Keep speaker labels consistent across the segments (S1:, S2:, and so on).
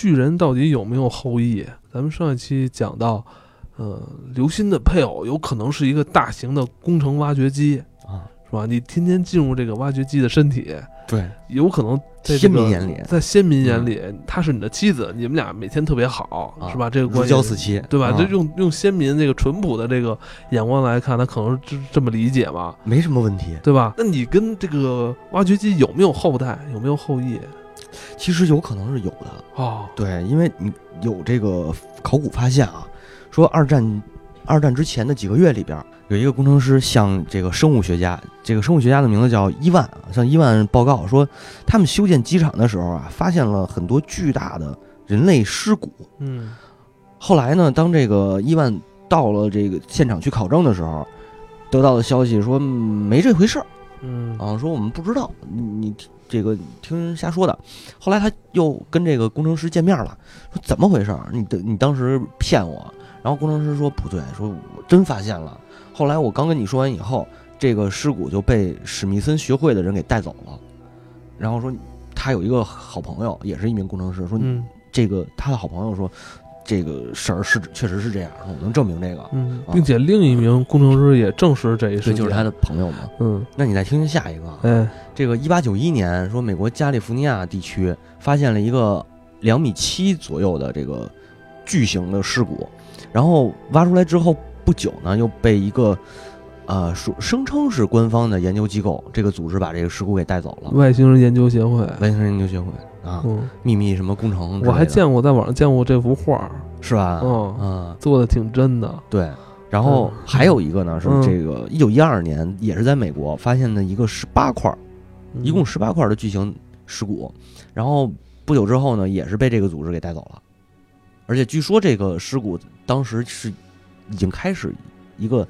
S1: 巨人到底有没有后裔？咱们上一期讲到，呃，刘鑫的配偶有可能是一个大型的工程挖掘机，
S2: 啊，
S1: 是吧？你天天进入这个挖掘机的身体，
S2: 对，
S1: 有可能在这
S2: 先
S1: 个
S2: 民眼里
S1: 在先民眼里，她是你的妻子，你们俩每天特别好，
S2: 嗯啊
S1: 是吧？这个
S2: 如
S1: 关
S2: 胶
S1: 系
S2: 似漆，
S1: 对吧？
S2: 啊
S1: 就用用先民这个淳朴的这个眼光来看，他可能是这这么理解嘛，
S2: 没什么问题。
S1: 对吧？那你跟这个挖掘机有没有后代，有没有后裔？
S2: 其实有可能是有的，
S1: 哦，
S2: 对，因为你有这个考古发现啊，说二战二战之前的几个月里边儿，有一个工程师向这个生物学家，这个生物学家的名字叫伊万啊，向伊万报告说，他们修建机场的时候啊，发现了很多巨大的人类尸骨。
S1: 嗯，
S2: 后来呢，当这个伊万到了这个现场去考证的时候，得到的消息说嗯没这回事儿。
S1: 嗯，
S2: 啊，说我们不知道，你你这个听人瞎说的。后来他又跟这个工程师见面了，说怎么回事儿？你的你当时骗我。然后工程师说不对，说我真发现了。后来我刚跟你说完以后，这个尸骨就被史密森学会的人给带走了。然后说他有一个好朋友，也是一名工程师，说
S1: 嗯
S2: 这个他的好朋友说这个事儿是确实是这样，说我能证明这个。
S1: 嗯，
S2: 啊
S1: 并且另一名工程师也证实这一事，
S2: 这就是他，的朋友嘛。
S1: 嗯，
S2: 那你再听听下一个啊。
S1: 哎，
S2: 这个一八九一年，说美国加利福尼亚地区发现了一个两米七左右的这个巨型的尸骨，然后挖出来之后不久呢，又被一个呃说声称是官方的研究机构这个组织把这个尸骨给带走了，
S1: 外星人研究协会，
S2: 外星人研究学会啊，
S1: 嗯，
S2: 秘密什么工程之类嗯的，
S1: 我还见过，在网上见过这幅画，
S2: 是吧？
S1: 嗯，
S2: 啊，
S1: 做的挺真的，
S2: 对。然后
S1: 嗯
S2: 还有一个呢，是
S1: 嗯
S2: 这个一九一二年也是在美国发现的一个十八块
S1: 嗯
S2: 一共十八块的巨型尸骨，然后不久之后呢，也是被这个组织给带走了，而且据说这个尸骨当时是已经开始一个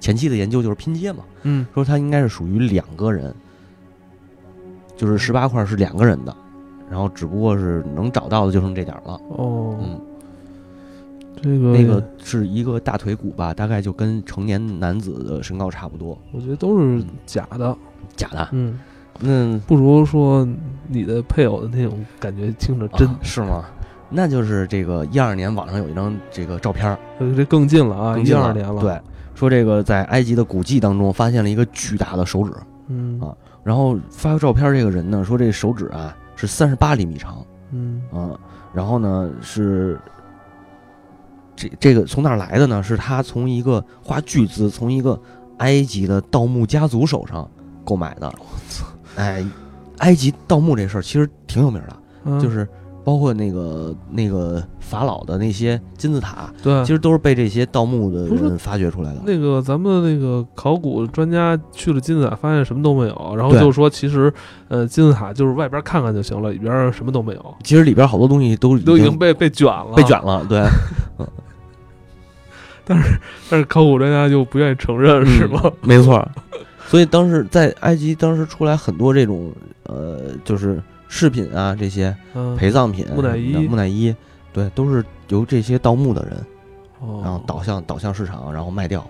S2: 前期的研究，就是拼接嘛，
S1: 嗯，
S2: 说它应该是属于两个人，就是十八块是两个人的，然后只不过是能找到的就剩这点儿了，
S1: 哦，
S2: 嗯，
S1: 这个
S2: 那个是一个大腿骨吧，大概就跟成年男子的身高差不多，
S1: 我觉得都是
S2: 嗯
S1: 假的，
S2: 假的，
S1: 嗯，
S2: 那
S1: 不如说你的配偶的那种感觉听着真
S2: 啊，是吗？那就是这个一二年网上有一张这个照片儿，
S1: 呃这更近了啊，
S2: 更
S1: 一
S2: 近
S1: 二年了，
S2: 对，，说这个在埃及的古迹当中发现了一个巨大的手指，
S1: 嗯
S2: 啊然后发照片这个人呢说这手指啊是三十八厘米长
S1: 嗯
S2: 啊，然后呢是这这个从哪儿来的呢？是他从一个花巨资从一个埃及的盗墓家族手上购买的。我操！哎，埃及盗墓这事儿其实挺有名的。
S1: 啊
S2: 就是包括那个那个法老的那些金字塔，
S1: 对，
S2: 其实都是被这些盗墓的
S1: 嗯不是
S2: 人发掘出来的。
S1: 那个咱们那个考古专家去了金字塔，发现什么都没有，然后
S2: 对
S1: 就说其实呃金字塔就是外边看看就行了，里边什么都没有，
S2: 其实里边好多东西都已
S1: 都已
S2: 经
S1: 经被被卷了，
S2: 被卷。了，对，
S1: 但是考古专家就不愿意承
S2: 嗯
S1: 认，是吗？
S2: 没错。 所以当时在埃及，当时出来很多这种呃，就是饰品啊，这些
S1: 嗯，
S2: 陪葬品、
S1: 木乃伊
S2: 什么的木乃伊，对，都是由这些盗墓的人，然后啊
S1: 哦，
S2: 导向导向市场，然后卖掉。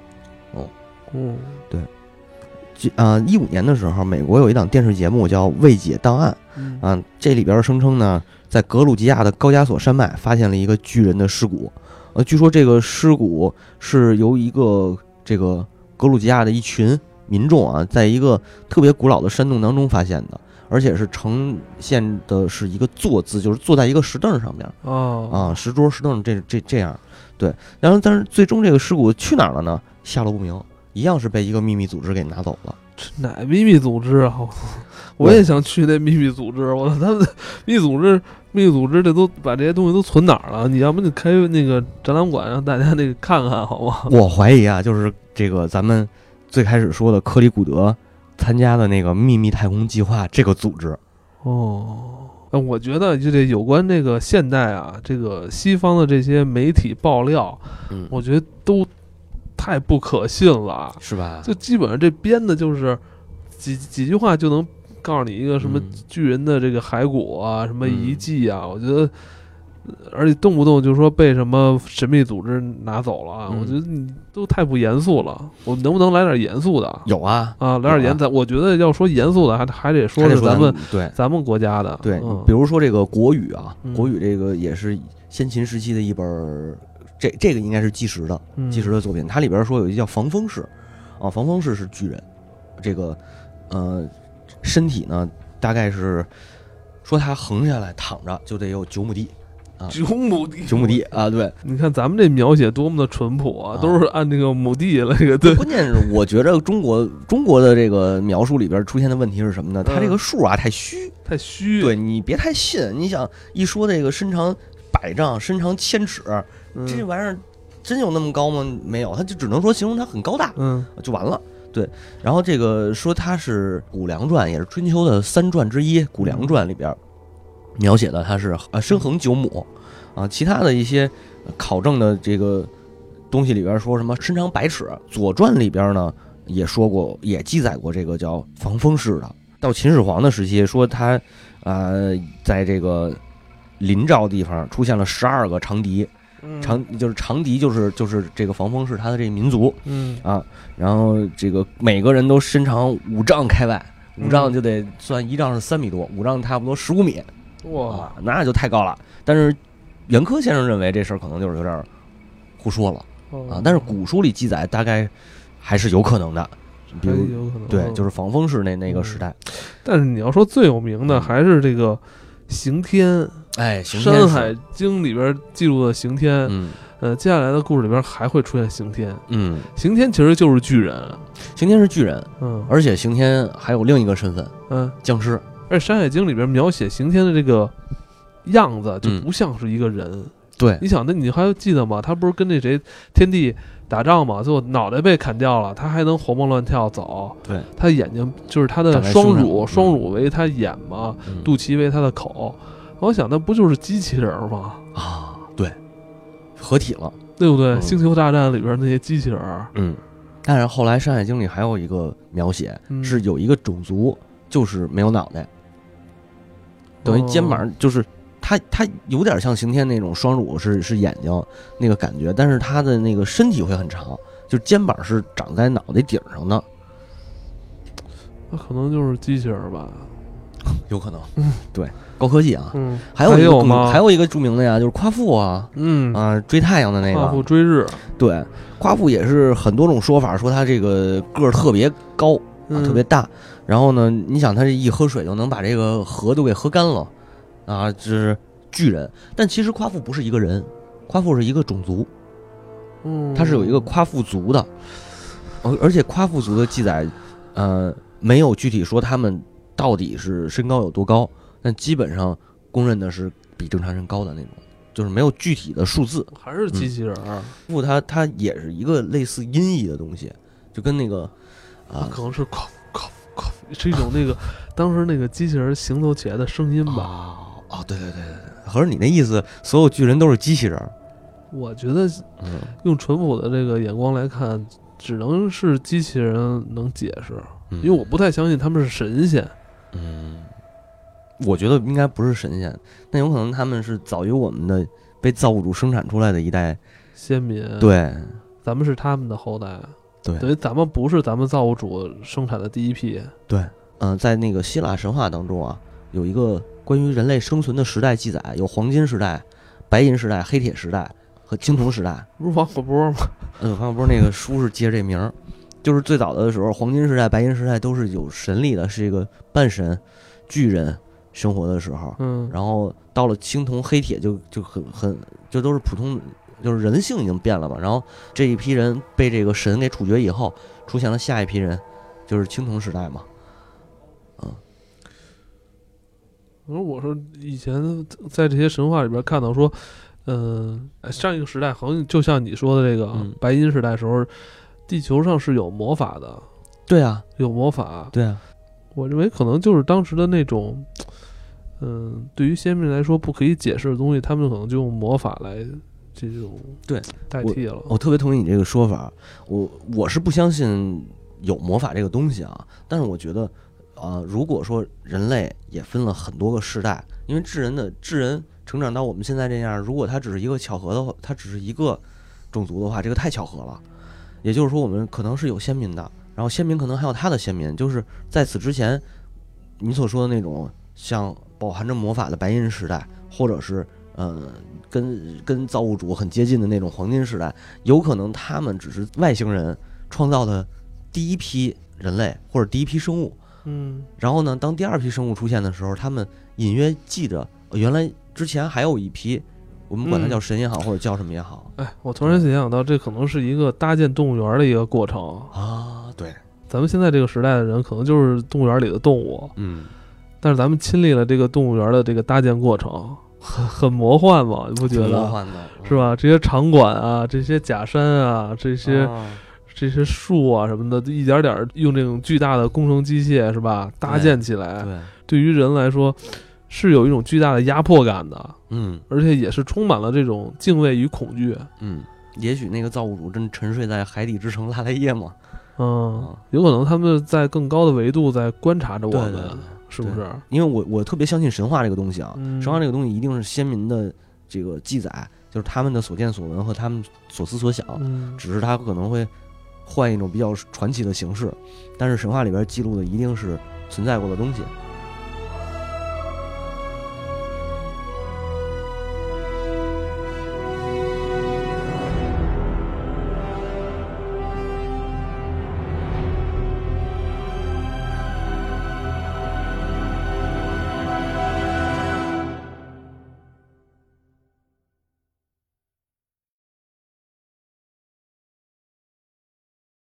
S1: 嗯，
S2: 这啊，一、五年的时候，美国有一档电视节目叫《未解档案》，
S1: 嗯
S2: 啊，这里边声称呢，在格鲁吉亚的高加索山脉发现了一个巨人的尸骨，呃，据说这个尸骨是由一个这个格鲁吉亚的一群民众啊，在一个特别古老的山洞当中发现的，而且是呈现的是一个坐姿，就是坐在一个石凳上面
S1: 哦
S2: 啊，石桌石凳这这这样，对，然后但是最终这个尸骨去哪儿了呢？下落不明，一样是被一个秘密组织给拿走了。
S1: 这哪秘密组织啊？我操我也想去那秘密组织，我操，他们秘密组织。秘密组织这都把这些东西都存哪儿了？你要不你开那个展览馆让大家那个看看好吗？
S2: 我怀疑啊，就是这个咱们最开始说的克里古德参加的那个秘密太空计划这个组织，
S1: 哦，呃我觉得就这有关这个现代啊，这个西方的这些媒体爆料，
S2: 嗯
S1: 我觉得都太不可信了。啊
S2: 是吧？
S1: 就基本上这编的就是几几句话就能告诉你一个什么
S2: 嗯
S1: 巨人的这个骸骨啊，什么遗迹啊，我觉得而且动不动就说被什么神秘组织拿走了啊，
S2: 嗯
S1: 我觉得你都太不严肃了。我们能不能来点严肃的啊？
S2: 有啊，
S1: 啊，来点
S2: 有啊
S1: 严咱我觉得要说严肃的，还还得说
S2: 还得
S1: 是咱们
S2: 对
S1: 咱们国家的。
S2: 对，
S1: 嗯
S2: 比如说这个国语啊，
S1: 嗯
S2: 国语这个也是先秦时期的一本儿，这这个应该是纪实的
S1: 嗯
S2: 纪实的作品，它里边说有一叫防风氏，啊，防风氏是巨人，这个呃身体呢大概是说他横下来躺着就得有九亩地，
S1: 九亩地，
S2: 九亩地啊，对，
S1: 你看咱们这描写多么的淳朴啊，
S2: 啊
S1: 都是按这个亩地来个对，
S2: 关键是我觉着中国中国的这个描述里边出现的问题是什么呢？它这个数啊太虚，
S1: 太虚。
S2: 对你别太信。你想一说这个身长百丈、身长千尺，
S1: 嗯，
S2: 这玩意儿真有那么高吗？没有，它就只能说形容它很高大
S1: 嗯
S2: 就完了。对，然后这个说它是《谷梁传》，也是春秋的三传之一，《谷梁传》里边描写的它是呃身横九亩啊，其他的一些呃考证的这个东西里边说什么身长百尺，《左传》里边呢也说过，也记载过这个叫防风氏的。到秦始皇的时期，说他呃在这个临赵地方出现了十二个长笛，
S1: 嗯
S2: 长就是长笛，就是就是这个防风是他的这个民族
S1: 嗯
S2: 啊。然后这个每个人都身长五丈开外，
S1: 嗯
S2: 五丈就得算一丈是三米多，五丈差不多十五米
S1: 哇
S2: 啊，那就太高了。但是袁科先生认为这事儿可能就是有点儿胡说了啊，
S1: 嗯
S2: 但是古书里记载大概还是有可能的，比
S1: 还
S2: 如
S1: 有可能
S2: 对，
S1: 嗯
S2: 就是防风氏那那个时代，
S1: 但是你要说最有名的还是这个刑天，
S2: 哎，
S1: 《
S2: 嗯刑天
S1: 山
S2: 氏
S1: 海经》里边记录的刑天，
S2: 嗯
S1: 呃，接下来的故事里边还会出现刑天。
S2: 嗯，
S1: 刑天其实就是巨人，
S2: 刑天是巨人，
S1: 嗯
S2: 而且刑天还有另一个身份
S1: 嗯，
S2: 僵尸。
S1: 而《山海经》里边描写刑天的这个样子就
S2: 嗯
S1: 不像是一个人。
S2: 对，
S1: 你想，那你还记得吗？他不是跟那谁天帝打仗嘛，最后脑袋被砍掉了，他还能活蹦乱跳走。
S2: 对，
S1: 他眼睛就是他的
S2: 长在
S1: 双
S2: 胸上
S1: 乳，
S2: 嗯
S1: 双乳为他眼嘛，
S2: 嗯
S1: 肚脐为他的口。我想，那不就是机器人儿吗？
S2: 啊，对，合体了。
S1: 对不对？
S2: 嗯
S1: 星球大战》里边那些机器人儿，
S2: 嗯，但是后来《山海经》里还有一个描写，
S1: 嗯
S2: 是有一个种族就是没有脑袋，等于肩膀就是它它有点像刑天那种双乳是是眼睛那个感觉，但是它的那个身体会很长，就是肩膀是长在脑袋顶上的，
S1: 嗯那可能就是机器人儿吧。
S2: 有可能。
S1: 嗯，
S2: 对，高科技啊。
S1: 嗯，
S2: 还有一个
S1: 有
S2: 更
S1: 吗？
S2: 还有一个著名的呀，就是夸父啊。
S1: 嗯，
S2: 啊，追太阳的那
S1: 夸父
S2: 个，啊
S1: 追日，
S2: 对，夸父也是很多种说法，说他这个个儿特别高，啊，
S1: 嗯
S2: 特别大。然后呢，你想他这一喝水就能把这个河都给喝干了，啊，这是巨人。但其实夸父不是一个人，夸父是一个种族，
S1: 嗯，
S2: 他是有一个夸父族的，而而且夸父族的记载，呃，没有具体说他们到底是身高有多高，但基本上公认的是比正常人高的那种，就是没有具体的数字。
S1: 还是机器人儿，
S2: 父他他也是一个类似音译的东西，就跟那个啊
S1: 可能是夸父夸父夸父，是一种那个当时那个机器人行走起来的声音吧。
S2: 哦哦，对对对对对，合着你那意思，所有巨人都是机器人儿？
S1: 我觉得
S2: 嗯，
S1: 用淳朴的这个眼光来看，只能是机器人能解释，因为我不太相信他们是神仙。
S2: 嗯，我觉得应该不是神仙，但有可能他们是早于我们的被造物主生产出来的一代。
S1: 先民，，
S2: 对
S1: 咱们是他们的后代，
S2: 对
S1: 等于咱们不是咱们造物主生产的第一批。
S2: 对，嗯、在那个希腊神话当中啊，有一个关于人类生存的时代记载，有黄金时代、白银时代、黑铁时代和青铜时代。
S1: 不是王可波吗？
S2: 嗯，方小波那个书是接着这名儿，就是最早的时候，黄金时代、白银时代都是有神力的，是一个半神、巨人生活的时候。
S1: 嗯，
S2: 然后到了青铜、黑铁就就很很，这都是普通，就是人性已经变了嘛。然后这一批人被这个神给处决以后，出现了下一批人，就是青铜时代嘛。
S1: 我说，我说以前在这些神话里边看到说，嗯、上一个时代好像就像你说的这个、
S2: 嗯
S1: 白银时代时候，地球上是有魔法的，
S2: 对啊，
S1: 有魔法。
S2: 对啊，
S1: 我认为可能就是当时的那种，嗯、对于先民来说不可以解释的东西，他们可能就用魔法来这种
S2: 对
S1: 代替了。
S2: 我特哦别同意你这个说法，我我是不相信有魔法这个东西啊，但是我觉呃得，啊，如果说人类也分了很多个世代，因为智人的智人成长到我们现在这样，如果它只是一个巧合的话，它只是一个种族的话，这个太巧合了。也就是说，我们可能是有先民的，然后先民可能还有他的先民，就是在此之前，你所说的那种像饱含着魔法的白银时代，或者是呃跟跟造物主很接近的那种黄金时代，有可能他们只是外星人创造的第一批人类或者第一批生物，
S1: 嗯
S2: 然后呢，当第二批生物出现的时候，他们隐约记着，呃原来之前还有一批，我们管它
S1: 嗯
S2: 叫神也好，或者叫什么也好
S1: 哎，我突然联想到，这可能是一个搭建动物园的一个过程。
S2: 啊，对，
S1: 咱们现在这个时代的人，可能就是动物园里的动物，
S2: 嗯，
S1: 但是咱们亲历了这个动物园的这个搭建过程，很很魔幻嘛，你不觉
S2: 挺魔
S1: 得？
S2: 幻的，啊嗯
S1: 是？吧？这些场馆啊，这些假山啊，这些、
S2: 啊
S1: 这些树啊什么的，一点点儿用这种巨大的工程机械是吧搭建起来，
S2: 对，
S1: 对于人来说是有一种巨大的压迫感的，
S2: 嗯
S1: 而且也是充满了这种敬畏与恐惧。
S2: 嗯，也许那个造物主真沉睡在海底之城拉莱耶嘛，
S1: 嗯
S2: 啊，
S1: 有可能他们在更高的维度在观察着我
S2: 对
S1: 们，
S2: 对对，
S1: 是不是？
S2: 因为我我特别相信神话这个东西啊，
S1: 嗯
S2: 神话这个东西一定是先民的这个记载，就是他们的所见所闻和他们所思所想，
S1: 嗯，
S2: 只是它可能会换一种比较传奇的形式，但是神话里边记录的一定是存在过的东西。